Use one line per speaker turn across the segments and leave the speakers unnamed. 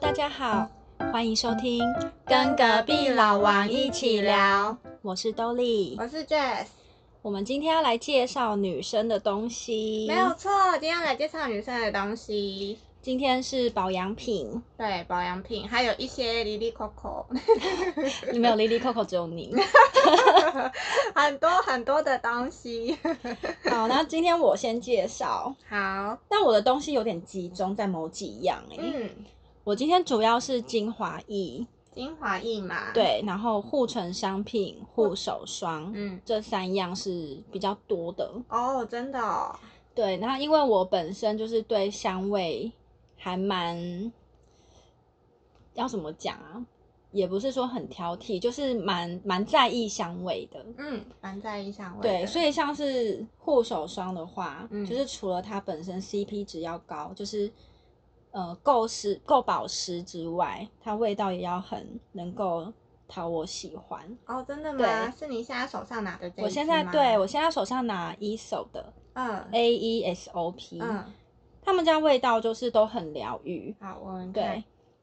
大家好，欢迎收听，
跟隔壁老王一起聊。
我是兜丽。
我是 Jess，
我们今天要来介绍女生的东西，
没有错。今天要来介绍女生的东西，
今天是保养品，
对，保养品，还有一些 Lily Coco，
没有 Lily Coco，只有你。
很多很多的东西。
好，那今天我先介绍，
好，
但我的东西有点集中在某几样哎、
嗯，
我今天主要是精华液，
精华液嘛，，
对，然后护唇商品、护手霜，
嗯，
这三样是比较多的。
哦，真的哦，
对，然后因为我本身就是对香味还蛮，要怎么讲啊？也不是说很挑剔，就是蛮蛮在意香味的。
嗯，蛮在意香味的。
对，所以像是护手霜的话，
嗯
就是除了它本身 CP 值要高，就是呃够湿够保湿之外，它味道也要很能够讨我喜欢。
哦，真的吗？
对
是你现在手上拿的这一
我
支
现在
吗
对我，现在手上拿 ESO 的
嗯
A E S O P，、
嗯，
他们家味道就是都很疗愈。
好，我们看
对，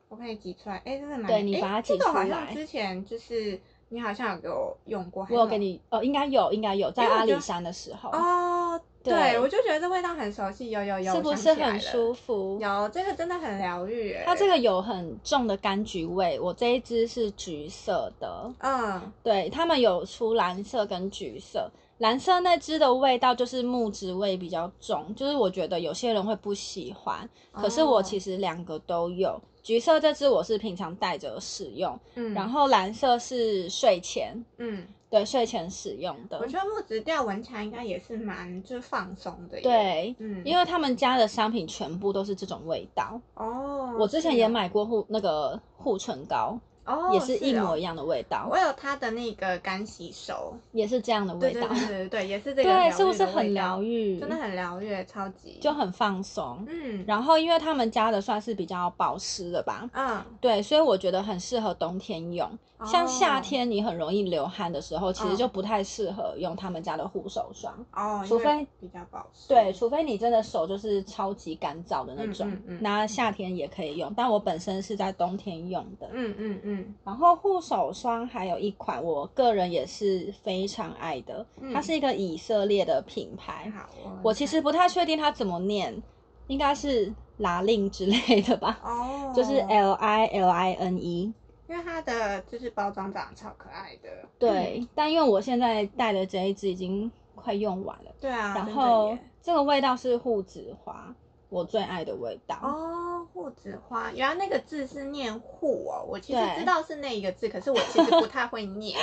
我可以挤出来，哎、这个蛮
对你
诶
把它挤
这个好
出
像
来
之前就是你好像有给我用过，还
我有
是
给你哦，应该有，应该有，在
因为我
阿
觉
里
得
山的时候，
哦，对，
对
我就觉得这味道很熟悉，有有有，
是不
我
是
想起来
很
了
舒？服？
有，这个真的很疗愈欸耶，
它这个有很重的柑橘味，我这一支是橘色的，
嗯
对他们有出蓝色跟橘色。蓝色那支的味道就是木质味比较重，就是我觉得有些人会不喜欢，可是我
哦
其实两个都有。橘色这支我是平常带着使用，
嗯，
然后蓝色是睡前，
嗯，
对睡前使用的
我。觉得木质调闻起来应该也是蛮就是放松的，，
对，
嗯，
因
为
为他们家的商品全部都是这种味道。
哦，
我之前
是
也
哦，
买过护那个护唇膏，
哦，
也是一模一
样。
样的味道，
我有它的那个干洗手，
也是这样的味
对对
道
对。对对对，也是这个疗
对，
愈
是不是
的味
很疗
道？
愈？
真的很疗愈，超级
就很放松。
嗯
然后，因为他们家的算是比较保湿的吧，
嗯，
对，所以我觉得很适合冬天用。像夏
哦
天你很容易流汗的时候，其实
嗯
就不太适合用他们家的护手霜。
哦，因
除
为
非
比较保湿，
对，除非你真的手就是超级干燥的那
嗯
种
嗯，嗯
那夏天也可以用。但我本身是在冬天用的。
嗯嗯嗯，
然后护手霜还有一款，我个人也是非常爱的，
嗯
它是一个以色列的品牌。
好，啊
我其实不太确定它怎么念，应该是拉令之类的吧，
哦，
就是呃 L I L I N E。
因为它的就是包装长得超可爱的。
对，
嗯
但因为我现在带的这一支已经快用完了，
对啊，
然
真的
后
耶
这个味道是护子花，我最爱的味道。
哦，护子花，原来那个字是念护哦，我其实
对
知道是那一个字，可是我其实不太 会念。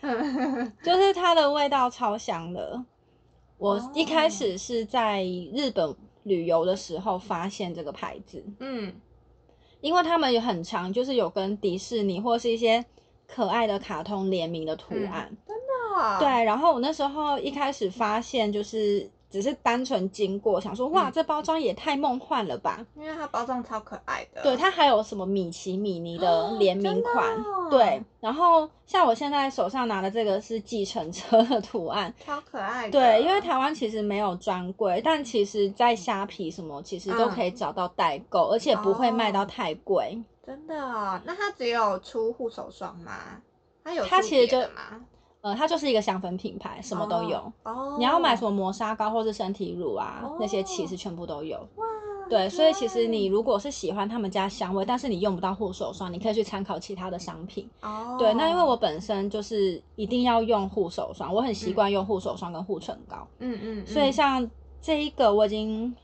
嗯
就是它的味道超香的。我
哦
一开始是在日本旅游的时候发现这个牌子，
嗯
因为他们有很长，就是有跟迪士尼或是一些可爱的卡通联名的图
嗯
案。
哦，
对，然后我那时候一开始发现就是。只是单纯经过，想说哇，
嗯
这包装也太梦幻了吧！
因为它包装超可爱的。
对，它还有什么米奇、米妮的联名款，
呃啊真的哦
对。然后像我现在手上拿的这个是计程车的图案，
超可爱的。
对，因为台湾其实没有专柜，但其实在虾皮什么其实都
嗯哦
可以找到代购，而且不会卖到太贵。
真的哦，那它只有出护手霜吗？它有
它
出
其实
别的
就
吗？
呃，它就是一个香氛品牌，什么都有。
哦。
你要买什
么？
么磨砂膏或是身体乳啊，那些其
哦
实全部都有。
哇，
对，
好
所以其
可爱
实你如果是喜欢他们家香味，但是你用不到护手霜，你可以去参考其他的商品。
哦，
对，那因为我本身就是一定要用护手霜，我很习惯用护手霜跟护唇膏。
嗯嗯，嗯
所以像这一个我已经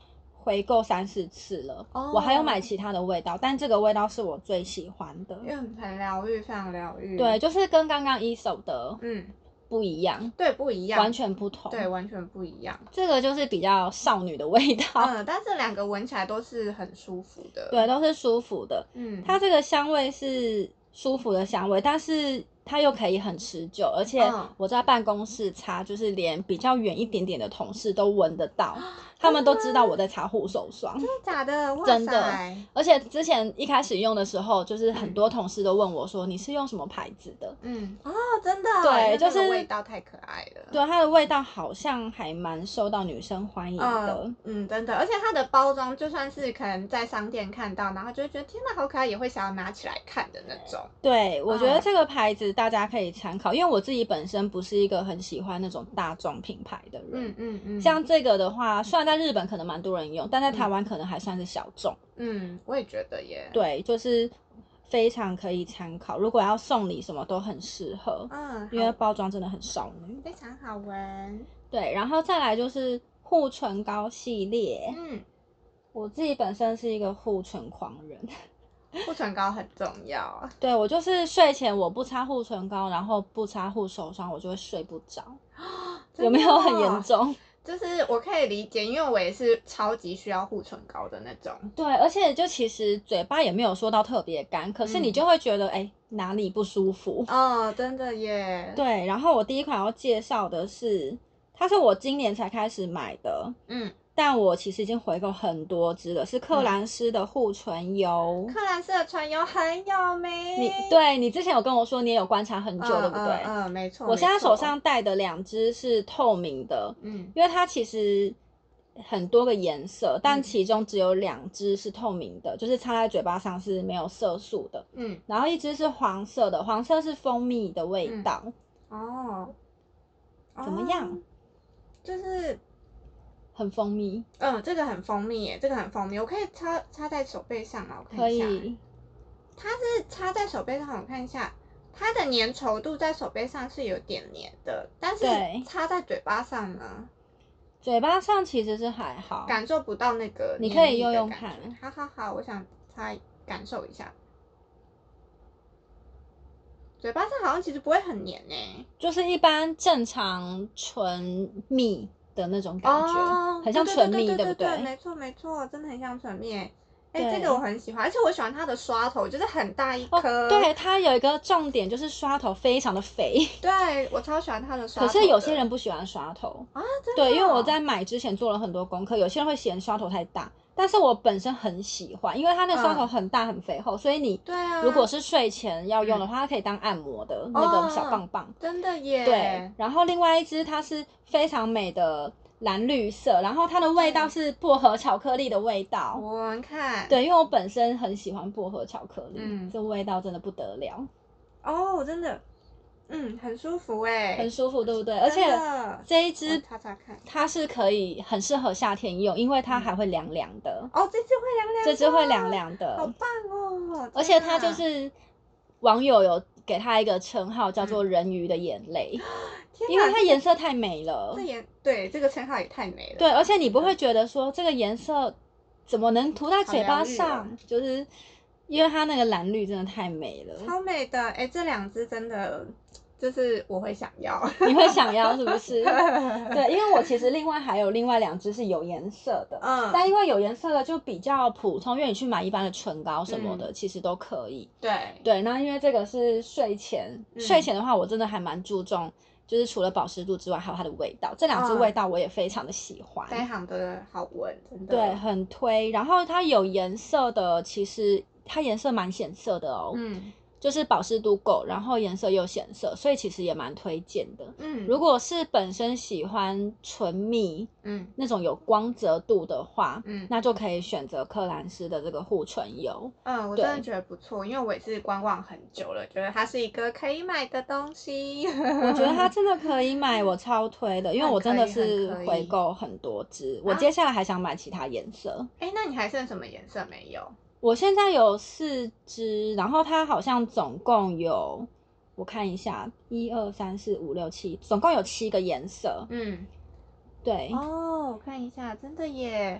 回购三四次了，
哦
我还有买其他的味道，但这个味道是我最喜欢的。
因为很疗愈，非常疗愈。
对，，就是跟刚刚一手的
嗯，
不一样，
对，不一样，
完全不同。
对，，完全不一样。
这个就是比较少女的味道，
嗯，但是两个闻起来都是很舒服的。
对，，都是舒服的。
嗯，
它这个香味是舒服的香味，但是它又可以很持久，而且
嗯
我在办公室擦，就是连比较远一点点的同事都闻得到，
啊
他们都知道我在擦护手霜。
真的假的？哇
真的
塞，
而且之前一开始用的时候，就是很多同事都问我说：“你是用什么牌子的
嗯，哦，真的，
对
因为它的
就是
味道太可爱了？”。
对，啊它的味道好像还蛮受到女生欢迎的。
嗯嗯，真的，而且它的包装就算是可能在商店看到，然后就会觉得天哪，好可爱，也会想要拿起来看的那种。
对，我觉
嗯
得这个牌子大家可以参考，因为我自己本身不是一个很喜欢那种大众品牌的人。
嗯嗯嗯，
像这个的话，虽然在日本可能蛮多人用，但在台
嗯
湾可能还算是小众。
嗯，我也觉得耶。，
对，就是非常可以参考。如果要送礼什么都很适合，
嗯，
因为
好
包装真的很少女。
非常好闻。
对，然后再来就是护唇膏系列。
嗯，
我自己本身是一个护唇狂人，
护唇膏很重要。
对我就是睡前我不擦护唇膏，然后不擦护手霜，我就会睡不着。有没有很严
重？
重？
哦 就是我可以理解，因为我也是超级需要护唇膏的那种。
对，而且就其实嘴巴也没有说到特别干，可是你
嗯
就会觉得哎、哪里不舒服。
哦，真的耶。，
对，然后我第一款要介绍的是，它是我今年才开始买的，
嗯，
但我其实已经回购很多支了，是克
嗯
兰斯的护唇油。
克兰斯的唇油很有名。
你对你之前有跟我说你也有观察很
嗯，
久，对不对？
嗯，嗯没错。
我现在
没
手
错，
上戴的两支是透明的，
嗯
因为它其实很多个颜色，但
嗯
其中只有两支是透明的，就是擦在嘴巴上是没有色素的。
嗯，
然后一支是黄色的，黄色是蜂蜜的味道。
哦，
怎么样
嗯哦就是，
很蜂蜜，
嗯，这个很蜂蜜耶，这个很蜂蜜，我可以擦擦在手背上吗？我看
可
一下，
以。
它是擦在手背上，我看一下，它的粘稠度在手背上是有点黏的，但是
对
擦在嘴巴上呢，
嘴巴上其实是还好，
感受不到那个
你
黏
可以
腻的
用用
感觉
看
好好好，我想擦感受一下。嘴巴上好像其实不会很黏呢、
就是一般正常唇蜜的那种感觉，
哦，
很像
对
唇蜜，
对
不
对？没错没错，真的很像唇蜜耶。哎、
对
这个我很喜欢，而且我喜欢它的刷头，就是很大一
哦
颗。，
对，它有一个重点就是刷头非常的肥，
对我超喜欢它的刷
可
头的。
是有些人不喜欢刷头，
啊，真 的
对，因为
哦
我在买之前做了很多功课，有些人会嫌刷头太大，但是我本身很喜欢，因为它那个刷头
嗯
很大很肥厚，所以你
对啊，嗯
如果是睡前要用的话，它可以当按摩的那个小棒棒。
真的耶，
对，然后另外一支它是非常美的蓝绿色，然后它的味道
对
是薄荷巧克力的味道。
我们看，
对，因为我本身很喜欢薄荷巧克力，
嗯
这味道真的不得了，
哦，真的，嗯，很舒服哎，
很舒服，对不对？而
真
且
的嗯
这一
我
支
擦擦看，
它是可以很适合夏天用，因为
嗯
它还会凉凉的，
哦，这支会凉凉，
这支会凉，凉
好
的，
棒哦，
而且
天
它就
哪
是网友有给它一个称号叫做“人鱼的眼泪”，
嗯天
因为
哪
它颜色太美了
这。颜对这个称号也太美了，
对，而且你不会觉得说这个颜色怎么能涂在嘴巴
好疗哦
上，就是因为它那个蓝绿真的太美了，
超美的，哎，这两支真的就是我会想要，
你会想要是不 是？
对，
嗯对，因为我其实另外还有另外两支是有颜色的，
嗯，
但因为有颜色的就比较普通，因为你去买一般的唇膏什么
嗯
的，其实都可以。
对
对，那因为这个是睡前，
嗯
睡前的话我真的还蛮注重，就是除了保湿度之外，还有它的味道。这两支
嗯
味道我也非常的喜欢，
非常的好闻，真的，
对，很推。然后它有颜色的，其实它颜色蛮显色的哦，
嗯
就是保湿度够，然后颜色又显色，所以其实也蛮推荐的。
嗯，
如果是本身喜欢唇蜜
嗯
那种有光泽度的话，
嗯
那就可以选择克兰斯的这个护唇油。
嗯，我真的
对
觉得不错，因为我也是观望很久了，觉得它是一个可以买的东西。 我
我觉得它真的可以买，我超推的，因为
嗯很
我真
可
的
以
是
很可
回
以
购很多支。我
啊
接下来还想买其他颜色。
哎、那你还剩什么颜色没有？
我现在有四支，然后它好像总共有，我看一下，一二三四五六七，总共有七个颜色。
嗯，
对，
哦，我看一下，真的耶。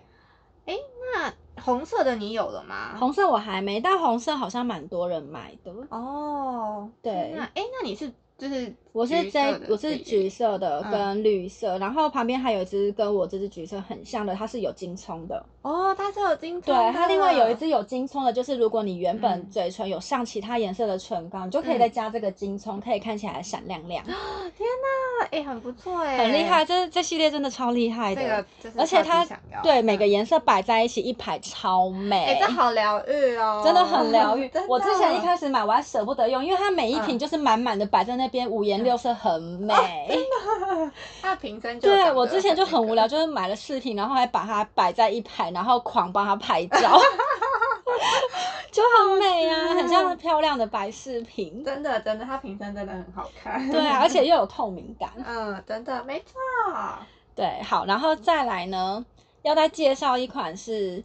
哎、那红色的你有了吗？
红色我还没，但红色好像蛮多人买的。
哦，
对
天哪哎、那你是就是
我是
橘
这
色的
我是
对
橘色的
嗯
跟绿色，然后旁边还有一支跟我这支橘色很像的，它是有金葱的。
哦，它是有金
对，
针
它另外有一
的
支有金葱的，就是如果你原本
嗯
嘴唇有上其他颜色的唇膏，你就可以
嗯
再加这个金葱，可以看起来闪亮亮，
啊，哎、很不错哎、
很厉害。，这这系列真的超厉害
这
的，
个就是
而且
超级
它
想要
对每个
嗯
颜色摆在一起一排超美，
哎、这好疗愈哦，
真的 很疗愈
真的。
我之前一开始买我还舍不得用，因为它每一瓶
嗯哦
就是满满的摆在那边，五颜六色，很美。
它瓶身就
对
长
我
得
之前就
那
很无
个
聊，就是买了四瓶，然后还把它摆在一排，然后狂帮它拍 照，就很美啊，很像漂亮的摆饰品。
真的真的，它瓶身真的很好看。
对啊，而且又有透明感。
嗯，真的没错。
对，好，然后再来呢，要再介绍一款是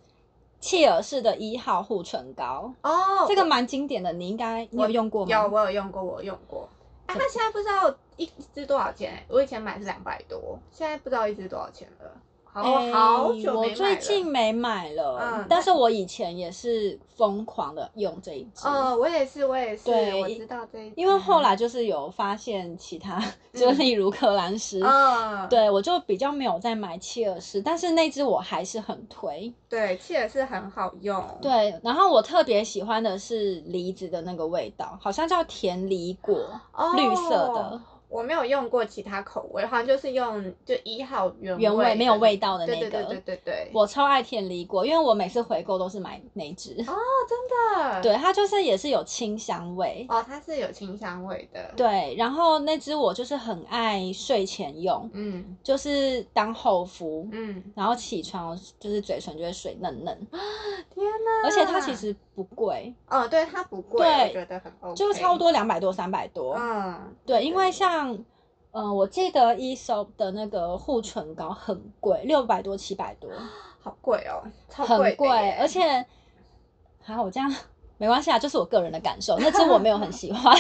契尔氏的一号护唇膏，
哦，
这个蛮经典的，你应该你
我
有用过吗？
有哦我有用过，我有用过。啊，它现在不知道一支多少钱欸、我以前买是两百多，现在不知道一支多少钱了。好，
哎
我好久没买
我
了
最近，没买了，
嗯
但是我以前也是疯狂的用这一支，
呃，我也是，我也是，
对
我知道这一支，
因为后来就是有发现其他，就例如克兰诗，
嗯，对
对我就比较没有再买契尔诗，但是那支我还是很推。
对，气也是很好用，，
对，然后我特别喜欢的是梨子的那个味道，好像叫甜梨果，
哦
绿色的。
我没有用过其他口味，好像就是用就一号原
原味
味
没有味
道
道的那个，
对对对对对对，
我超爱甜梨果，因为我每次回购都是买那支，
哦真的，
对它就是也是有清香味，
哦，它是有清香味的，，
对，然后那支我就是很爱睡前用，
嗯
就是当厚敷，
嗯，
然后起床就是嘴唇就会水嫩嫩，
啊天哪，
而且它其实不贵，
哦，对，它不贵，
对
我觉得很 OK，
就差不，多两百多、三百多。
嗯，
对，因为像嗯、呃我记得 e s o p 的那个护唇膏很贵，六百多、七百多，
好贵哦，超
很
贵的
贵，
耶
而且好，我这样。没关系啊，就是我个人的感受。那支我没有很喜 欢，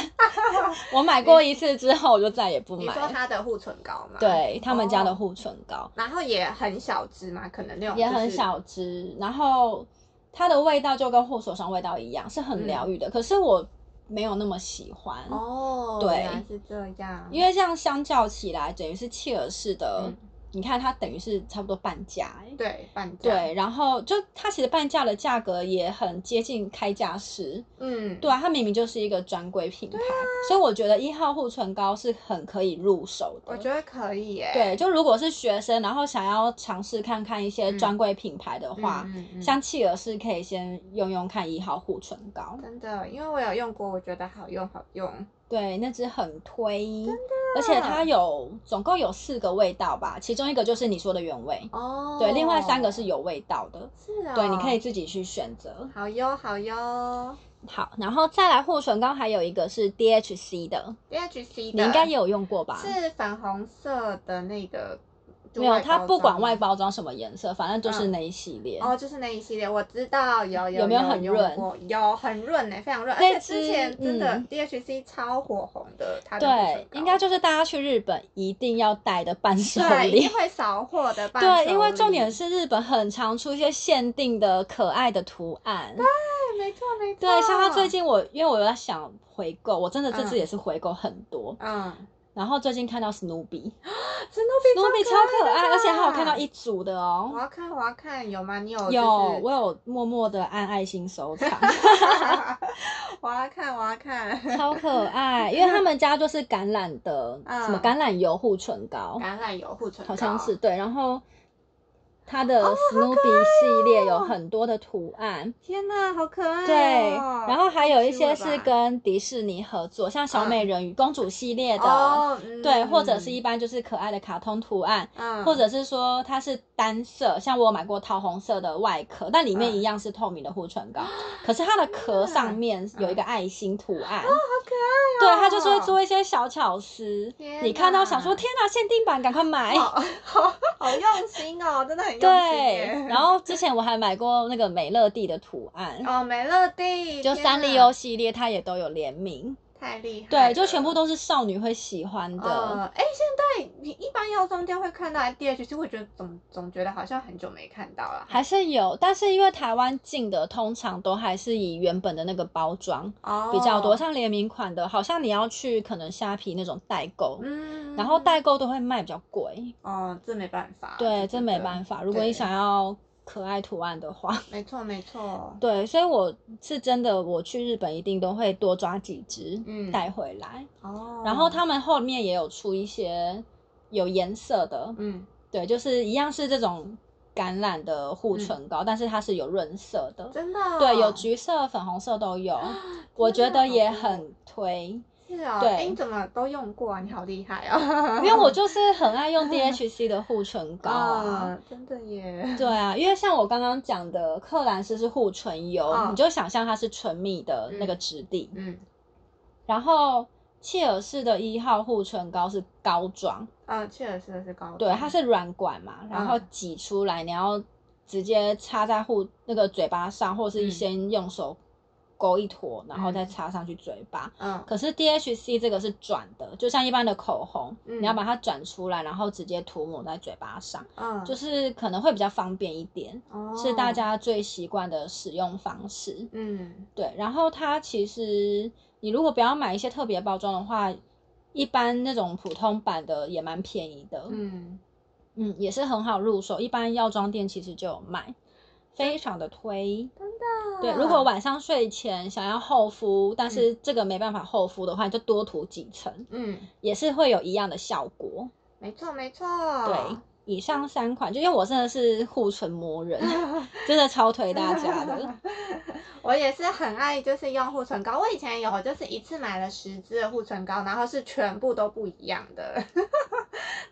我买过一次之后我就再也不
你
买
说
了。
它的护唇膏嘛，，
对他们家的
哦
护唇膏，
然后也很小支嘛，可能那种
也
就是
很，小支，然后它的味道就跟护手霜味道一样，是很
嗯
疗愈的。可是我没有那么喜欢，
哦，
对
原来是这样，
因为这样相较起来，等于是契尔氏的，
嗯
你看它等于是差不多半价、欸。
对半价，
对，，然后就它其实半价的价格也很接近开价式，
嗯，
对啊，它明明就是一个专柜品牌，
啊
所以我觉得一号护唇膏是很可以入手的。
我觉得可以耶，
对，就如果是学生，然后想要尝试看看一些
嗯
专柜品牌的
嗯，
话，
嗯嗯
像企鹅是可以先用用看一号护唇膏，
真的，因为我有用过，我觉得好用好用。
对，那支很推，而且它有总共有四个味道吧，其中一个就是你说的原味，
哦
对，另外三个是有味道的，
是啊、
对，你可以自己去选择。
好哟好哟
好，然后再来护唇膏，还有一个是 DHC 的，
，DHC
你
的
应该也有用过吧？
是粉红色的那个，
没有，它不管外
包
包装什么颜色，反正就是
嗯
那一系列。
装哦，就是那一系列，我知道有有
有没有很
用
润
过有很润呢、非常润，而
那
且
支
之前真的、
嗯
DHC 超火红的，它的护
对
唇，膏
应该就是大家去日本一定要带的伴手
对，一
礼
定。会扫货的伴
对，
手
因为重点
礼
是日本很常出一些限定的可爱的图案。
对，没错没错，
对，像他最近我，因为我有在想回购，我真的这次
嗯
也是回购很多。
嗯，
然后最近看到 Snoopy，Snoopy
史努比
超可
爱
爱，
的
而且还有看到一组的
我
哦。
要看，我要看，有吗？你有、就是、
有，我有默默的按爱心收藏，
我要看，我要看。
超可爱。因为他们家就是橄榄的，
嗯
什么橄榄油护唇膏，
橄榄油护唇膏
好
哦
像是对。然后它的 Snoopy 系列有很多的图案，
天哪，好可爱、哦！
对，然后还有一些
太 cute
是
了吧嗯
跟迪士尼合作，像小美人鱼、公主系列的，
哦，嗯
对，或者是一般就是可爱的卡通图案，
嗯，
或者是说它是单色，像我有买过桃红色的外壳，但里
嗯
面一样是透明的护唇膏，可是它的壳上面有一个爱心图案，
嗯哦可爱
对，
哦
它就是会做一些小巧思
天，
你看到
哪
想说天哪，限定版赶快买。
好好好用心哦，真的很
哎
用心
对
耶。，
然后之前我还买过那个美乐蒂的图案，
哦，美乐蒂
就
天
三丽
哪
鸥系列它也都有联名。
太厉害了，
对，就全部都是少女会喜欢的。
呃，哎，现在你一般药妆店会看到 DHC，我觉得总总觉得好像很久没看到了。
还是有，但是因为台湾进的通常都还是以原本的那个包装
哦，
比较多，像联名款的，好像你要去可能虾皮那种代购，
嗯，
然后代购都会卖比较贵。
哦，这没办法，
对，这没
法。
办法。如果你
对
想要可爱图案的话，
没错没错，
对，所以我是真的，我去日本一定都会多抓几支
嗯
带回来。
哦，
然后他们后面也有出一些有颜色的，
嗯
对，就是一样是这种橄榄的护唇膏，但是它是有润色的，
嗯真的哦、啊
对，有橘色、粉红色都有，我觉得也
哦
很 推，
是哦，
对
哎你怎么都用过啊？你好厉害哦！
因为 我就是很爱用 DHC 的护唇膏啊。
嗯，真的耶，
对啊，因为像我刚刚讲的，克兰斯是护唇油，
嗯
你就想象它是唇蜜的那个质地。
嗯
然后切尔氏的一号护唇膏是膏状，
嗯，确实是高端，
对，它是软管嘛，然
嗯
后挤出来，你要直接插在护那个嘴巴上，或是
嗯
先用手勾一坨，然后再
嗯
插上去嘴巴。
嗯
可是 DHC 这个是转的，就像一般的口红，
嗯
你要把它转出来，然后直接涂抹在嘴巴上，
嗯，、
就是是可能会比较方便一点，
哦、
是大家最习惯的使用方式。
嗯
对，然后它其实你如果不要买一些特别包装的话，一般那种普通版的也蛮便宜的，嗯
嗯
也是很好入手。一般药妆店其实就有卖，非常的推。对，如果晚上睡前想要厚敷，但是这个没办法厚敷的话，你就多涂几层，
嗯，
也是会有一样的效果。
没错没错，
对，以上三款，就因为我真的是护唇魔 人，真的超推大家的。
我也是很爱，就是用护唇膏。我以前有，就是一次买了十支的护唇膏，然后是全部都不一样的。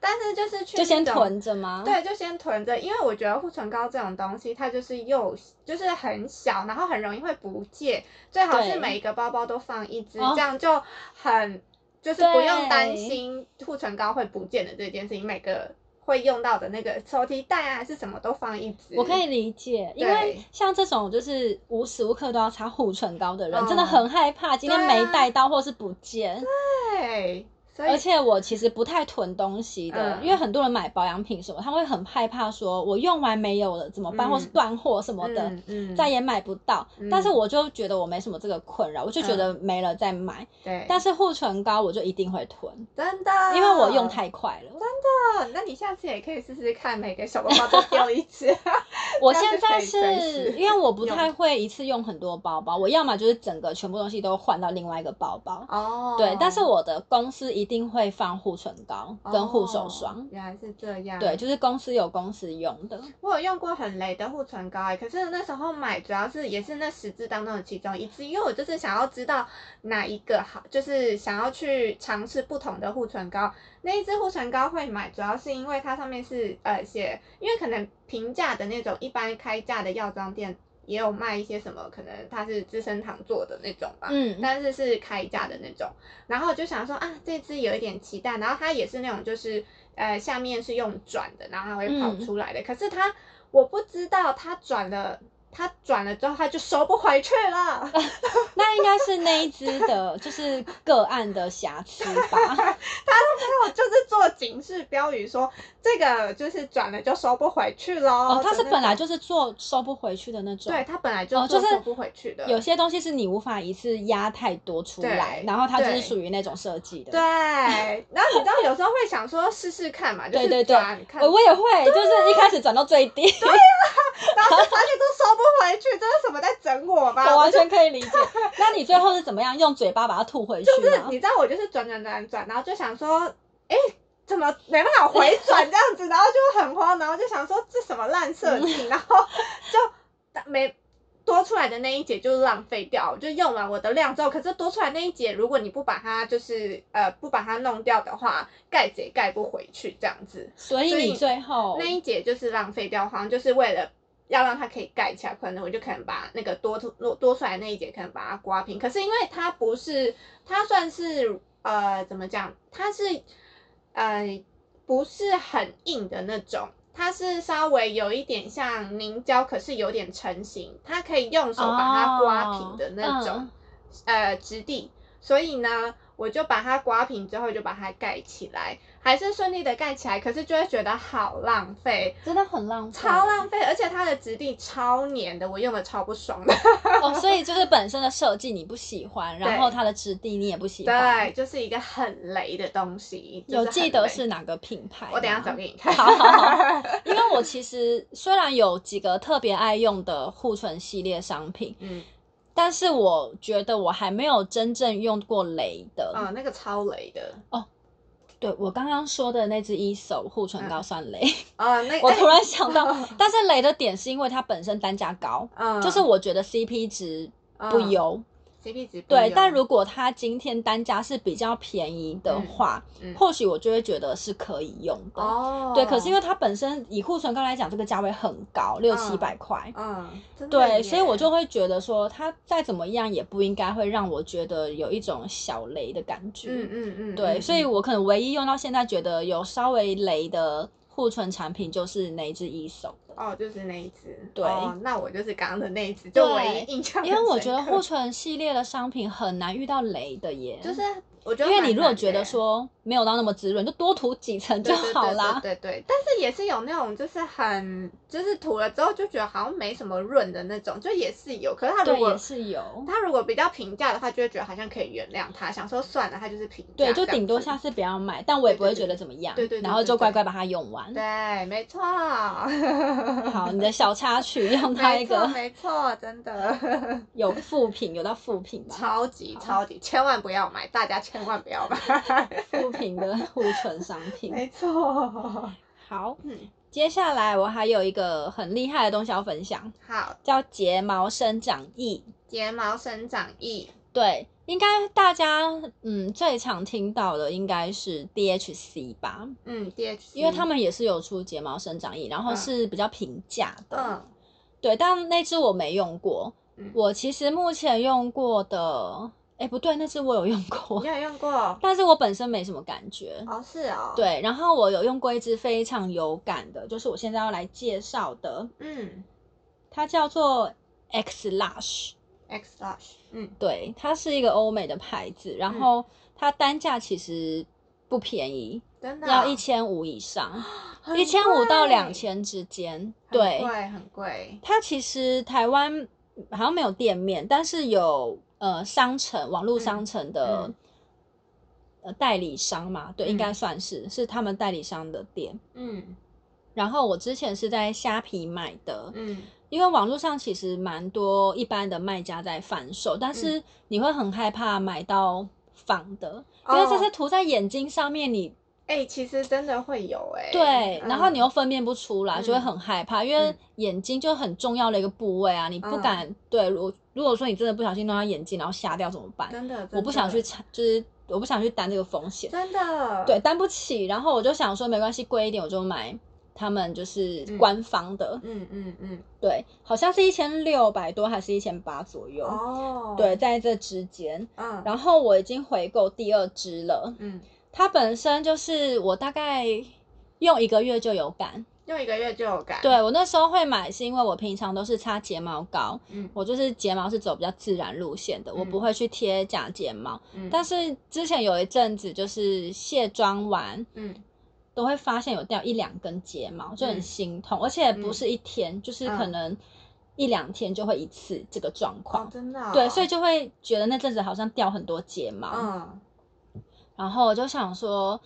但是就是去
就先
那种
囤着吗？
对，就先囤着，因为我觉得护唇膏这种东西，它就是又就是很小，然后很容易会不见，最好是
对
每一个包包都放一支，
哦
这样就很就是不用担
对
心护唇膏会不见的这件事情，每个会用到的那个抽屉袋啊，还是什么都放一支。
我可以理解，因为
对
像这种就是无时无刻都要擦护唇膏的人，
嗯
真的很害怕今天
对啊
没带到或是不见。
对，所以
而且我其实不太囤东西的，
嗯
因为很多人买保养品什么，他会很害怕说我用完没有了怎么办，
嗯
或是断货什么的。
嗯嗯，
再也买不到，
嗯
但是我就觉得我没什么这个困扰，我就觉得没了再买。
对，啊
但是护唇膏我就一定会囤，
真的，
因为我用太快了。
哦，那你下次也可以试试看，每个小包包都丢一 支。
我
这样
现
就可
在
以随时
是因为我不
用
太会一次用很多包包，我要么就是整个全部东西都换到另外一个包包。
哦，
对，但是我的公司一定会放护唇膏跟护手
哦
霜。
原来是这样。
对，就是公司有公司用的。
我有用过很雷的护唇膏、欸，可是那时候买主要是也是那十支当中的其中一支，因为我就是想要知道哪一个好，就是想要去尝试不同的护唇膏。那一支护唇膏会买，主要是因为它上面是呃写，因为可能平价的那种一般开价的药妆店也有卖一些什么，可能它是资生堂做的那种吧。
嗯，
但是是开价的那种。然后我就想说啊，这支有一点期待。然后它也是那种就是呃下面是用转的，然后它会跑
嗯
出来的。可是它我不知道它转了，它转了之后它就收不回去了。
那应该是那一支的，就是个案的瑕疵吧。
然后就是做警示标语说这个就是转了就收不回去喽。
哦，它
的
是
那
本来
种
就是做收不回去的那种。
对，它本来就
哦，
做
就
收
是
不回去的。
有些东西是你无法一次压太多出来，
对
然后它就是
对
属于那种设计的。
对，然后你知道有时候会想说试试看嘛，就
对
是
对对
转看
呃我我也会，就是一开始转到最低，
然后就发现都收不回去，这是什么在整我吧？
我完全可以理解。 那你最后是怎么样用嘴巴把它吐回去
就是
吗
你？知道我就是转转转转，然后就想说，哎、怎么没办法回转这样子，然后就很慌，然后就想说这什么烂设
嗯
计，然后就没多出来的那一节就浪费掉，就用完我的量之后，可是多出来那一节，如果你不把它就是呃不把它弄掉的话，盖子也盖不回去这样子，
所以
所
你
以
最后
那一节就是浪费掉，好像就是为了。要让它可以盖起来，可能我就可能把那个多出多多出来那一节，可能把它刮平。可是因为它不是，它算是呃怎么讲？它是呃不是很硬的那种，它是稍微有一点像凝胶，可是有点成型，它可以用手把它刮平的那种、
哦嗯
呃质地。所以呢，我就把它刮平之后就把它盖起来，还是顺利的盖起来，可是就会觉得好浪费。
真的很浪费，
超浪费，而且它的质地超黏的，我用的超不爽的。
哦。所以就是本身的设计你不喜欢，然后它的质地你也不喜欢。
对，，就是一个很雷的东西。就是
有
很
记得
雷
是哪个品牌吗？
我等一下找给你看。
好好好，因为我其实虽然有几个特别爱用的护唇系列商品，
嗯，
但是我觉得我还没有真正用过雷的。
啊、那个超雷的
对我刚刚说的那支一手护唇膏算雷，
啊、那
我
嗯哎
突然想到，但是雷的点是因为它本身单价高，
嗯，
就是我觉得 CP 值不
嗯
优。
CP 值不
对，
优
但如果它今天单价是比较便宜的话，
嗯嗯
或许我就会觉得是可以用的。
哦，
对，可是因为它本身以护唇膏来讲，这个价位很高，六七百块。
嗯，真的
对，
耶
所以我就会觉得说，它再怎么样也不应该会让我觉得有一种小雷的感觉。
嗯嗯嗯，
对，
嗯
所以
嗯
我可能唯一用到现在觉得有稍微雷的护唇产品就是那一支一手的，
哦，就是那一只，
对
哦，那我就是刚刚的那一只，就唯一印象很深刻，
因为我觉得护唇系列的商品很难遇到雷的耶。
就是我觉
因
得，
为你如果觉得。说没有到那么滋润，就多涂几层就
对对
好啦。
对对对对，但是也是有那种就是很就是涂了之后就觉得好像没什么润的那种，就也是有。可是它如
对，
果
也是有。
它如果比较平价的话，就会觉得好像可以原谅它，想说算了，它就是平价这
对，
样子。
就顶多下次不要买，但我也不会
对对
觉得怎么样。
对对对
然后
对
就
对
乖乖把它用完。
对，没 错。
好，你的小插曲用它
没
一
错，
个
没错，真 的
有副品，有到副品吧，
超级
好
超级，千万不要买，大家千万不要买。
副品的护唇商品。
没错，
好，
嗯，
接下来我还有一个很厉害的东西要分享，
好，
叫睫毛生长液。
睫毛生长液，
对，应该大家嗯最常听到的应该是 DHC 吧，
嗯，DHC，
因为他们也是有出睫毛生长液，然后
嗯
是比较平价的。
嗯
对，但那支我没用过。
嗯
我其实目前用过的，哎，不对，那支我有用过
你，有用过？
但是我本身没什么感觉。
哦，是哦，，
对，然后我有用过一支非常有感的，就是我现在要来介绍的，
嗯
它叫做 X Lush。
，X Lush，嗯
对，它是一个欧美的牌子，然
嗯
后它单价其实不便宜，
真的哦
要一千五以上，
很
一千五到
贵
两，千之间。对，
很贵很贵，
它其实台湾好像没有店面，但是有呃商城、网络商城的、
嗯
呃代理商嘛，对，
嗯
应该算是、是他们代理商的店。
嗯
然后我之前是在虾皮买的，
嗯
因为网络上其实蛮多一般的卖家在贩售，
嗯
但是你会很害怕买到仿的，因为这
哦
是涂在眼睛上面你，
哎、其实真的会有哎、
对，然后你
嗯
又分辨不出来，就会
嗯
很害怕，因为
嗯
眼睛就很重要的一个部位啊，你不
嗯
敢对。如如果说你真的不小心弄到眼睛，然后瞎掉怎么办？
真的，真的
我不想去，参，就是我不想去担这个风险，
真的，
对，，担不起。然后我就想说，没关系，贵一点我就买他们就是
嗯
官方的，
嗯嗯嗯，
对，好像是一千六百多还是一千八左右，
哦，
对，，在这之间。
嗯，
然后我已经回购第二支了，
嗯，
它本身就是我大概用一个月就有感。
用一个月就有感，，
对我那时候会买，是因为我平常都是擦睫毛膏，
嗯
我就是睫毛是走比较自然路线的，我不
嗯
会去贴假睫毛。
嗯，
但是之前有一阵子，就是卸妆完
嗯
都会发现有掉一两根睫毛，就很
嗯
心痛，而且不
嗯
是一天，就是可
嗯
能一两天就会一次这个状况
哦，。真的、哦，
对，所以就会觉得那阵子好像掉很多睫毛，
嗯
然后我就想说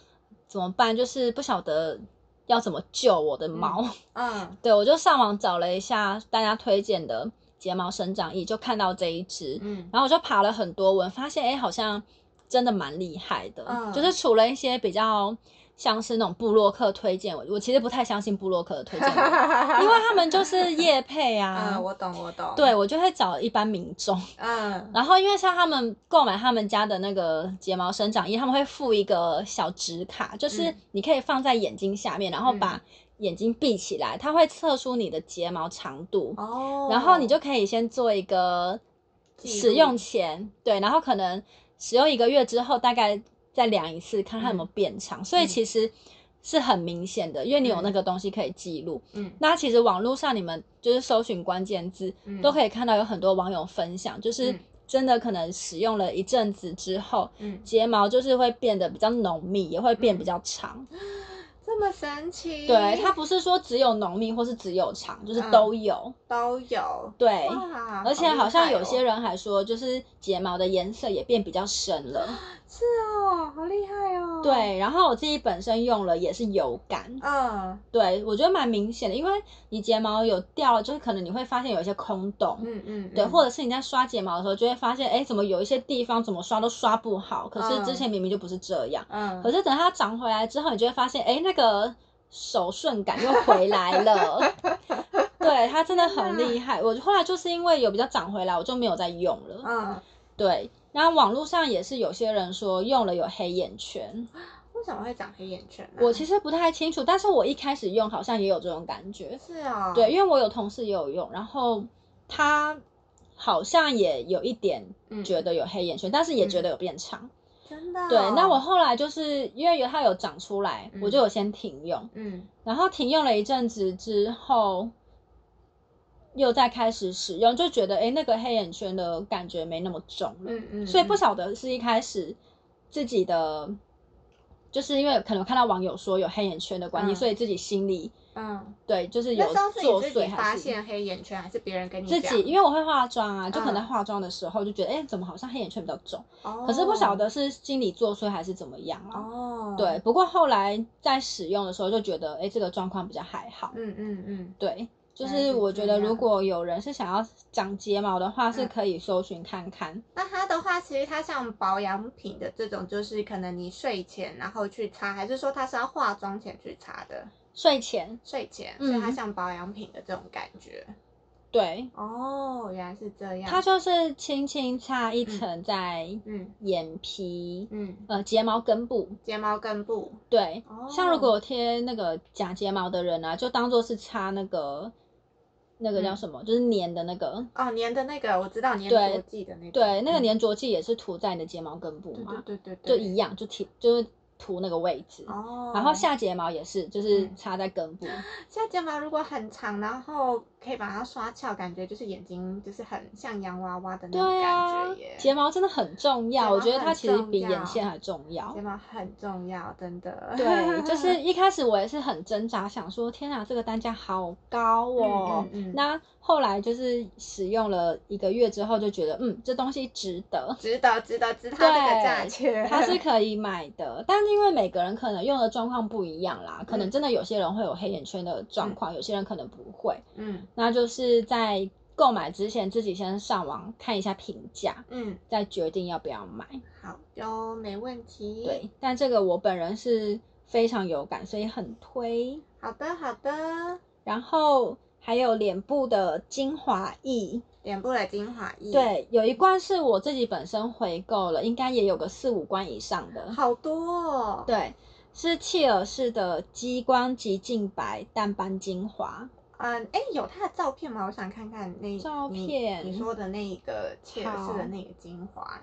怎么办，就是不晓得要怎么救我的毛。
嗯
对，我就上网找了一下大家推荐的睫毛生长液，就看到这一支，
嗯
然后我就爬了很多文，发现哎、诶好像真的蛮厉害的，
嗯
就是除了一些比较像是那种布洛克推荐，我我其实不太相信布洛克的推荐 文，因为他们就是业配啊，
嗯，我懂我懂，
对，我就会找一般民众，
嗯，
然后因为像他们购买他们家的那个睫毛生长液，他们会附一个小纸卡，就是
嗯
你可以放在眼睛下面，然后把眼睛闭起来，它会测出你的睫毛长度，
哦，
然后你就可以先做一个
记
使用
录
前，对，然后可能使用一个月之后，大概再量一次，看它有没有变长。所以
嗯
其实是很明显的，因为你有
嗯
那个东西可以记录。
嗯
那其实网络上你们就是搜寻关键字，
嗯
都可以看到有很多网友分享，就是
嗯
真的可能使用了一阵子之后，
嗯，
睫毛就是会变得比较浓密，也会变比较长。
这么神奇，
对，它不是说只有浓密或是只有长，就是
嗯
都有。
都有，
对，
哇，
而且好像有些
人
人还说，就是睫毛的颜色也变比较深了。
是哦，好厉害哦，，
对，然后我自己本身用了也是有感，
嗯
对我觉得蛮明显的，因为你睫毛有掉了，就是可能你会发现有一些空洞。
嗯嗯，
对，
嗯
或者是你在刷睫毛的时候，就会发现，哎，怎么有一些地方怎么刷都刷不好？可是之前明明就不是这样。
嗯，
可是等它长回来之后，你就会发现，哎，那个手顺感又回来 了。对，它真的很厉害。我后来就是因为有比较长回来，我就没有再用了。
嗯，
对，然后网络上也是有些人说用了有黑眼圈，
为什么会长黑眼圈呢？
我其实不太清楚，但是我一开始用好像也有这种感觉。
是哦，
对，，因为我有同事也有用，然后他好像也有一点
嗯
觉得有黑眼圈，但是也觉得有变长。
真的哦，
对，那我后来就是因为有它有长出来，我就有先停用，
嗯
然后停用了一阵子之后，又再开始使用，就觉得诶那个黑眼圈的感觉没那么重了。
嗯嗯，
所以不
嗯
晓得是一开始自己的，就是因为可能看到网友说有黑眼圈的关系，
嗯
所以自己心里
嗯，
对就是有
那时候是
作
你自己
祟
发
还是？
现黑眼圈，还是别人跟你
自
讲？
己因为我会化妆啊，就可能
嗯
化妆的时候就觉得，哎、怎么好像黑眼圈比较重？
哦，
可是不晓得是心理作祟还是怎么样啊？
哦，
对，，不过后来在使用的时候就觉得，哎、这个状况比较还好。
嗯嗯嗯，
对，就
原来
是
是
我
这
觉得如
样
果有人是想要长睫毛的话，是
嗯
可以搜寻看看。
那它的话，其实它像保养品的这种，就是可能你睡前然后去擦，还是说它是要化妆前去擦的？
睡前，
睡前，
嗯
所以它像保养品的这种感觉。
对，
哦，原来是这样。
它就是轻轻擦一层在
嗯
眼皮，
嗯，
呃，睫毛根部。
睫毛根部。
对，
哦，
像如果有贴那个假睫毛的人啊，就当做是擦那个那个叫
嗯
什么，就是粘的那个。
哦粘的那个，我知道粘
对
着剂的那个。
对，那个
嗯。
粘着剂也是涂在你的睫毛根部嘛，
对对对
就
对对。
一样，就贴就是涂那个位置。
哦。
然后下睫毛也是，就是
嗯
擦在根部。
下睫毛如果很长，然后可以把它刷翘，感觉就是眼睛就是很像洋娃娃的那种
对啊
感觉耶。，
睫毛真的很重
睫
要，我
毛
觉得它
很
其实
重
比眼
要
线还重要
睫。毛很重要，真的。嗯
对， 就是一开始我也是很挣扎，想说天哪，这个单价好高哦。
嗯嗯嗯，
那后来就是使用了一个月之后，就觉得嗯，这东西值得
值得值得值得它这个价
对
钱，
它是可以买的。但是因为每个人可能用的状况不一样啦，可能
嗯
真的有些人会有黑眼圈的状况，有些人可能不会。
嗯
那就是在购买之前，自己先上网看一下评价，
嗯
再决定要不要买。
好哟，没问题。，
对，但这个我本人是非常有感，所以很推。
好的好的，
然后还有脸部的精华液，
脸部的精华液，，
对，有一罐是我自己本身回购了，应该也有个四五罐以上的。
好多哦。
对，是契尔氏的激光极净白淡斑精华，
嗯，哎，有它的照片吗？我想看看那
照
你
片
你说的那一个切尔
好
氏的那个精华，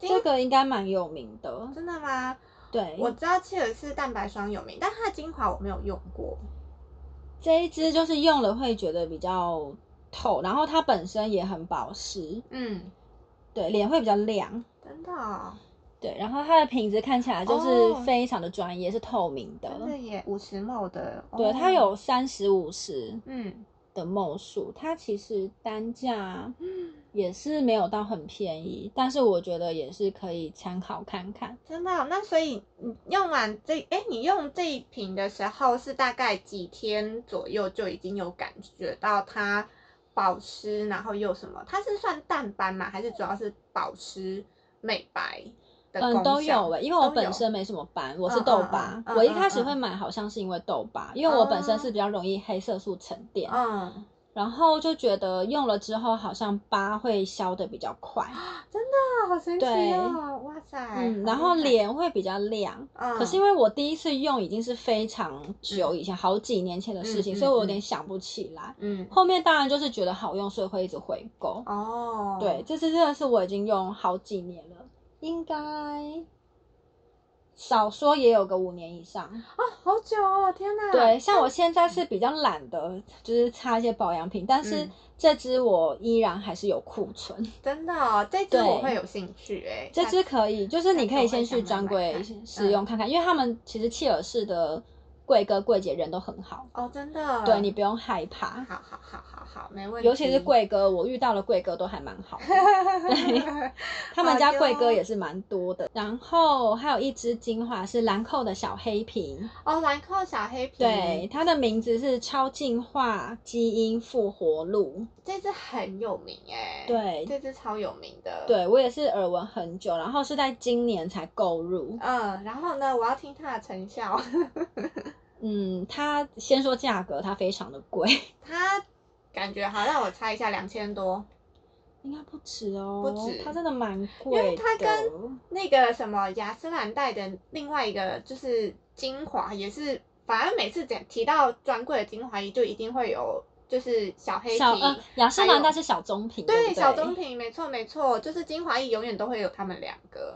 精
这个应该蛮有名的。
真的吗？
对，
我知道切尔氏蛋白霜有名，但它的精华我没有用过。
这一支就是用了会觉得比较透，然后它本身也很保湿，
嗯，
对，脸会比较亮。
真的哦、
对，然后它的瓶子看起来就是
哦
非常的专业，是透明的。
真的耶，五十 ml 的。
对，
哦
它有三十五十
嗯
的梦数，它其实单价也是没有到很便宜，但是我觉得也是可以参考看看。
真的哦、
嗯
那所以你用完这，哎，你用这一瓶的时候是大概几天左右就已经有感觉到它保湿，然后又什么？它是算淡斑吗？还是主要是保湿美白的功
嗯，
效？
都有诶、因为我
都
本
有
身没什么斑，我
嗯
是
嗯
痘
嗯
疤。
嗯
我一
嗯
开始
嗯
会买，好像是因为痘疤，因为我本身
哦
是比较容易黑色素沉淀，
嗯，
然后就觉得用了之后好像疤会消的比较快，
啊，好神奇
对
哦！哇塞，
嗯，
好
然后
厉害，
脸会比较亮。
嗯，
可是因为我第一次用已经是非常久以前，好几年前的事情，
嗯嗯
所以我有点想不起来。
嗯，
后面当然就是觉得好用，所以会一直回购。
哦，
对，，这次真的是我已经用好几年了，应该少说也有个五年以上。
啊，好久哦，天哪！
对，像我现在是比较懒得，就是擦一些保养品，但是
嗯
这支我依然还是有库存。
真的、哦，这支
对
我会有兴趣哎、
这支可以，就是你可以先去专
专
柜试
嗯
用看看，因为他们其实切尔氏的柜哥柜姐人都很好，
哦，真的，
对你不用害怕。
好好好好好，没问题。
尤其是柜哥，我遇到了柜哥都还蛮好的对他们家柜哥也是蛮多的。然后还有一支精华是兰蔻的小黑瓶，
哦，兰蔻小黑瓶，
对，，它的名字是超净化基因复活露。
这支很有名哎、
对
这支超有名的，，
对我也是耳闻很久，然后是在今年才购入。
嗯，然后呢，我要听它的成效，
嗯，它先说价格，它非常的贵，
它感觉好，让我猜一下，两千多，
应该不止哦，
不止
它真的蛮
因
贵
为
的。
它跟那个什么雅诗兰黛的另外一个就是精华，也是，反正每次讲提到专柜的精华液，就一定会有就是小黑瓶。
小呃雅诗兰
还
黛
有
是小棕瓶，对
对，
不
小棕。瓶，没错没错，就是精华液永远都会有他们两个。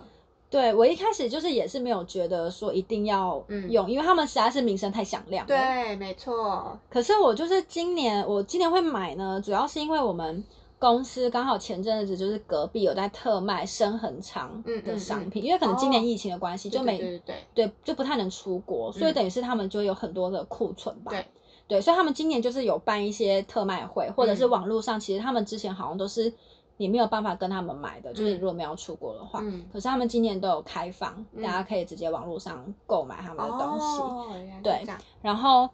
对我一开始就是也是没有觉得说一定要
嗯
用，因为他们实在是名声太响亮了。
对，没错，
可是我就是今年，我今年会买呢，主要是因为我们公司刚好前阵子就是隔壁有在特卖深恒长
嗯嗯
的
嗯
商品，因为可能今年
哦
疫情的关系，就
对
没
对对对
对就不太能出国，所以
嗯
等于是他们就有很多的库存吧。
对
对，所以他们今年就是有办一些特卖会，或者是
嗯
网络上，其实他们之前好像都是你没有办法跟他们买的，就是如
嗯
果没有出国的话。
嗯，
可是他们今年都有开放，
嗯
大家可以直接网络上购买他们的东西。
哦，原来是
对
这样
然后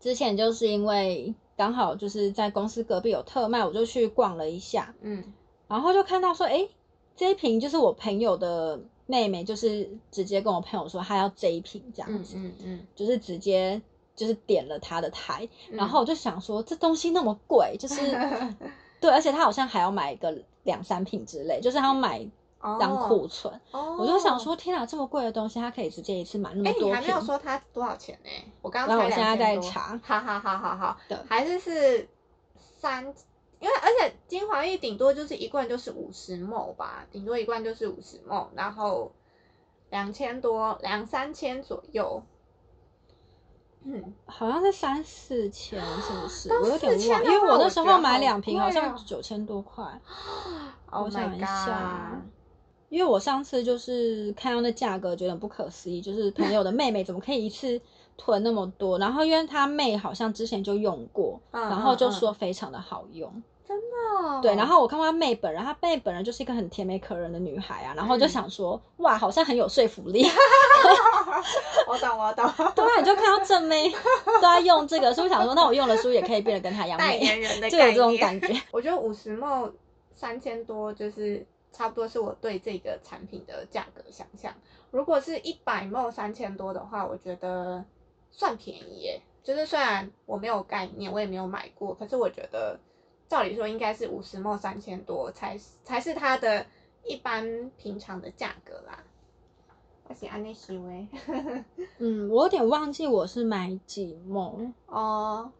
之前就是因为刚好就是在公司隔壁有特卖，我就去逛了一下，
嗯
然后就看到说，诶，这一瓶就是我朋友的妹妹，就是直接跟我朋友说她要这一瓶这样
嗯
子，
嗯嗯，
就是直接就是点了她的台，
嗯
然后我就想说这东西那么贵， 就是对，而且她好像还要买个两三瓶之类，就是她要买当
哦
库存，
哦，
我就想说天啊，这么贵的东西，她可以直接一次买那么
哎，
多
你还没
瓶
有。说它多少钱呢？我刚
然
刚
后
才
我现在在
2000多
查
好好好好好
对，
还是是三，因为而且精华液顶多就是一罐就是五十 ml 吧，顶多一罐就是五十 ml，然后两千多两三千左右。嗯，
好像是三四千，是不是？
到
我有点
4000
忘，
的
因为
话
我那
我
时
觉得
候买
好
两瓶
贵
好像
哦
九千多块。
Oh
我想
my
一下啊
god！，
因为我上次就是看到那价格，觉得很不可思议，就是朋友的妹妹怎么可以一次囤那么多？然后因为她妹好像之前就用过，
嗯
然后
嗯
就
嗯
说非常的好用。
哦
对，然后我看过她妹本人，她妹本人就是一个很甜美可人的女孩啊，然后就
嗯
想说，哇，好像很有说服力。
我懂我懂，
对啊，你就看到正妹都在用这个，是不是想说，那我用了是不是也可以变得跟她一样
代
美？
言人的
就有
概
这种
念
感觉。
我觉得五十梦三千多就是差不多是我对这个产品的价格想象。如果是一百梦三千多的话，我觉得算便宜耶。就是虽然我没有概念，我也没有买过，可是我觉得照理说应该是五十梦三千多才才是它的一般平常的价格啦。我是安内行为
嗯，我有点忘记我是买几梦，
哦，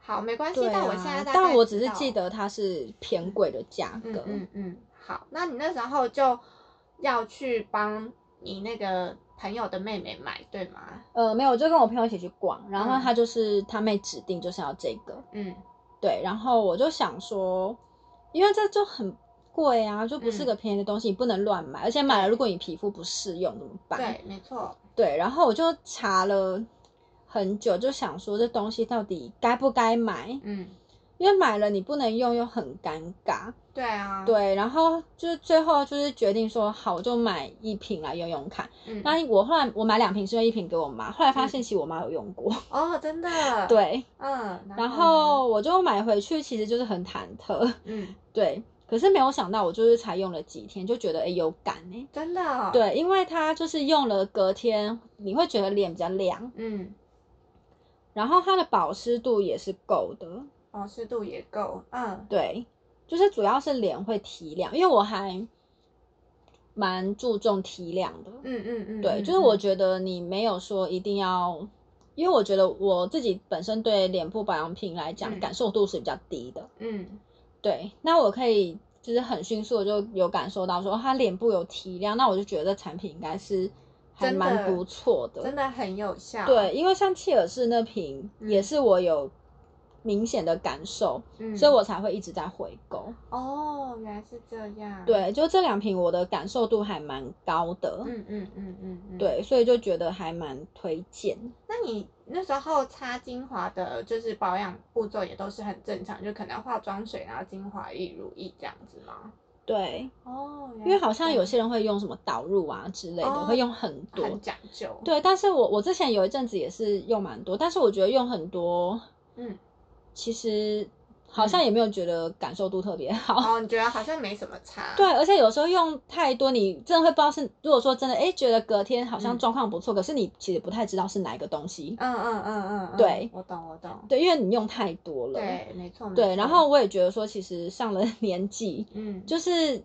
好，没关系。
对
但
啊，
我现在大
但
概
我只是
道
记得它是偏贵的价
嗯
格。
嗯嗯，好，那你那时候就要去帮你那个朋友的妹妹买，对吗？
呃，没有，我就跟我朋友一起去逛，然后
嗯
他就是他妹指定就是要这个，
嗯
对，然后我就想说，因为这就很贵啊，就不是
嗯
个便宜的东西，你不能乱买，而且买了如果你皮肤不适用怎么办？
对，没错。
对，然后我就查了很久，就想说这东西到底该不该买，
嗯，
因为买了你不能用又很尴尬。
对啊。。
对，然后就是最后就是决定说好，我就买一瓶来用用看。
嗯。
那我后来我买两瓶是因为一瓶给我妈，后来发
嗯
现其实我妈有用过。
哦，真的。。
对，
嗯。
然
呢
后我就买回去，其实就是很忐忑。
嗯，
对，可是没有想到我就是才用了几天就觉得哎有感哎、
真的、哦。。
对，因为它就是用了隔天你会觉得脸比较亮，
嗯，
然后它的保湿度也是够的。
保哦湿度也够。嗯。
对，就是主要是脸会提亮，因为我还蛮注重提亮的。
嗯嗯嗯。
对，
嗯
就是我
嗯
觉得你没有说一定要，因为我觉得我自己本身对脸部保养品来讲，
嗯
感受度是比较低的。
嗯
对，那我可以啊就是很迅速的就有感受到说，哦它脸部有提亮，那我就觉得这产品应该是还
真的
蛮不错的，
真的很有效。
对，，因为像切尔氏那瓶、
嗯
也是我有明显的感受，
嗯，
所以我才会一直在回购。
哦，原来是这样。，
对，就这两瓶我的感受度还蛮高的，
嗯嗯嗯嗯嗯，。
对，所以就觉得还蛮推荐。
那你那时候擦精华的，就是保养步骤也都是很正常，就可能化妆水，然后精华液、乳液这样子吗？
对，
哦，原来
因为
是
好
这
像
样
有些人会用什么导入啊之类的，
哦
会用很多。
很讲究。，
对，但是我我之前有一阵子也是用蛮多，但是我觉得用很多，
嗯，
其实好像也没有觉得感受度特别好。
哦，你觉得好像没什么 差？
对，，而且有时候用太多，你真的会不知道是，如果说真的，哎，觉得隔天好像
嗯
状况不错，可是你其实不太知道是哪一个东西，
嗯嗯嗯嗯，嗯
对
我懂我懂。
对，因为你用太多了，
对，没错。没
对
错
然后我也觉得说，其实上了 年纪，
嗯，
就是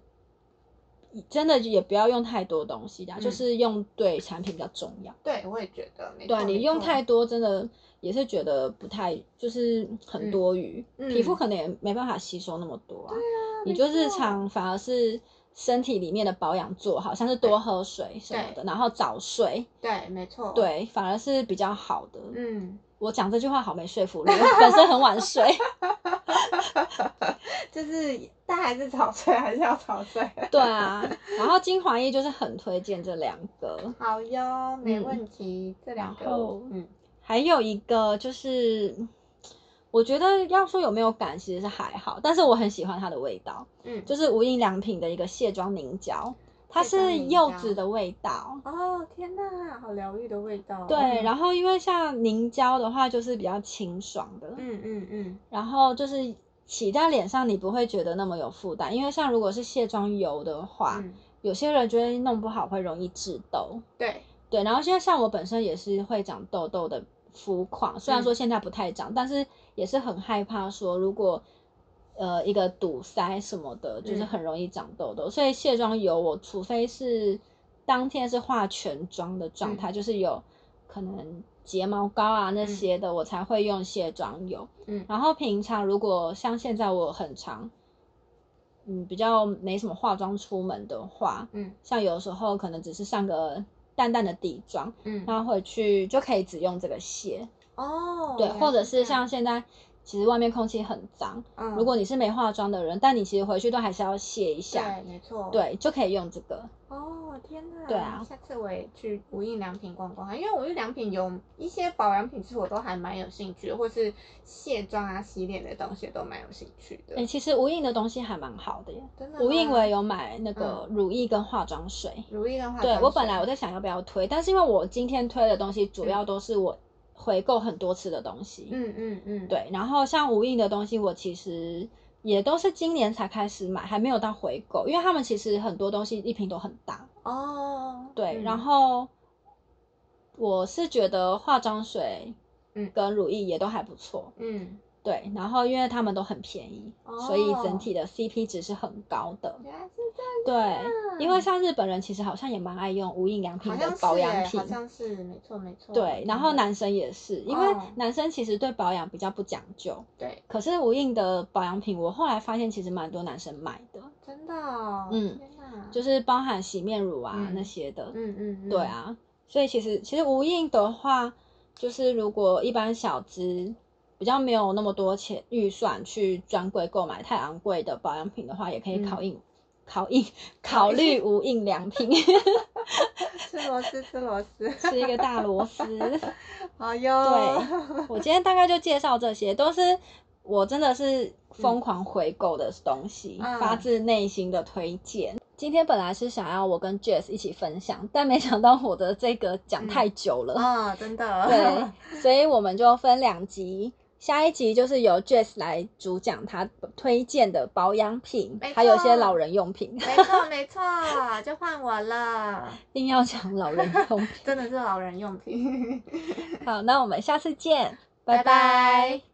真的也不要用太多东西啦，就
嗯
是用对产品比较重要。
对，我也觉得没
对啊，
错
你
没
用
错
太多真的也是觉得不太，就是很
嗯
多余，皮肤
嗯
可能也没办法吸收那么多啊。你
没
就日
错
常反而是身体里面的保养做好，像是多喝水什么的，然后早睡，
对，没错。，
对，反而是比较好的。
嗯，
我讲这句话好没说服力，我本身很晚睡，
就是但还是早睡，还是要早睡。
对啊。然后精华液就是很推荐这两个，
好哟，没
嗯
问题。这两个
然后
我，嗯，
还有一个就是。我觉得要说有没有感，其实是还好，但是我很喜欢它的味道，
嗯，
就是无印良品的一个卸妆凝胶，它
卸妆
是
凝
柚
胶
子的味道，
哦，天呐，好疗愈的味道。哦
对，然
后，
后因为像凝胶的话，就是比较清爽的，
嗯嗯嗯，
然后就是洗在脸上，你不会觉得那么有负担。因为像如果是卸妆油的话，
嗯，
有些人觉得弄不好会容易致痘。
对，
对，然后现在像我本身也是会长痘痘的肤况，虽然说现在不太长，但是也是很害怕说如果。呃，一个堵塞什么的，就是
嗯
很容易长痘痘，所以卸妆油我除非是当天是化全妆的状态，就是有可能睫毛膏啊那
嗯
些的，我才会用卸妆油。
嗯
然后平常如果像现在我很常，嗯，比较没什么化妆出门的话，
嗯
像有时候可能只是上个淡淡的底妆，
嗯，
那回去就可以只用这个卸，
哦，
对，
原来
或者
这
是
样，
像现在。其实外面空气很脏，
嗯
如果你是没化妆的人，但你其实回去都还是要卸一下，
对，没错，。
对，就可以用这个。
哦，天呐，
对啊
下次我也去无印良品逛啊逛，因为无印良品有一些保养品，其实我都还蛮有兴趣的，或是卸妆啊、洗脸的东西都蛮有兴趣的
哎、。其实无印的东西还蛮好的耶。
真的吗，
无印我也有买那个
嗯
乳液跟化妆水，
如意的话，
对我本来我在想要不要推，但是因为我今天推的东西主要都是我回购很多次的东西，
嗯嗯嗯，，
对。然后像无印的东西，我其实也都是今年才开始买，还没有到回购，因为他们其实很多东西一瓶都很大，
哦，
对。
嗯
然后我是觉得化妆水，
嗯
跟乳液也都还不错，
嗯，
对。然后因为他们都很便宜，所以
哦
整体的 CP 值是很高的，
原来是这
对。
样，
因为像日本人其实好像也蛮爱用无印良品
嗯好
的
像是
保养
欸
品
好，像是没错没错，嗯
对，然后
真的
男生也是，因为
哦
男生其实对保养比较不讲究，
对，
可是无印的保养品，我后来发现其实蛮多男生买的，
真的哦，
嗯
天哪，
就是包含洗面乳啊、
嗯
那些的，
嗯嗯，嗯
对，啊，所以其实其实无印的话，就是如果一般小资。比较没有那么多钱预算去专柜购买太昂贵的保养品的话，也可以
嗯
考印、考印、考虑无印良品，
吃螺丝吃螺丝，
是一个大螺丝。
好哟， 对，
我今天大概就介绍这些，都是我真的是疯狂回购的东西，
嗯
发自内心的推荐。今天本来是想要我跟 Jess 一起分享，但没想到我的这个讲太久了，
啊，真的，
对，所以我们就分两集。下一集就是由 Jess 来主讲她推荐的保养品
没，错
还有一些老人用品，
没错没错，就换我了，
一定要讲老人用品。
真的是老人用品，
好，那我们下次见，拜
拜拜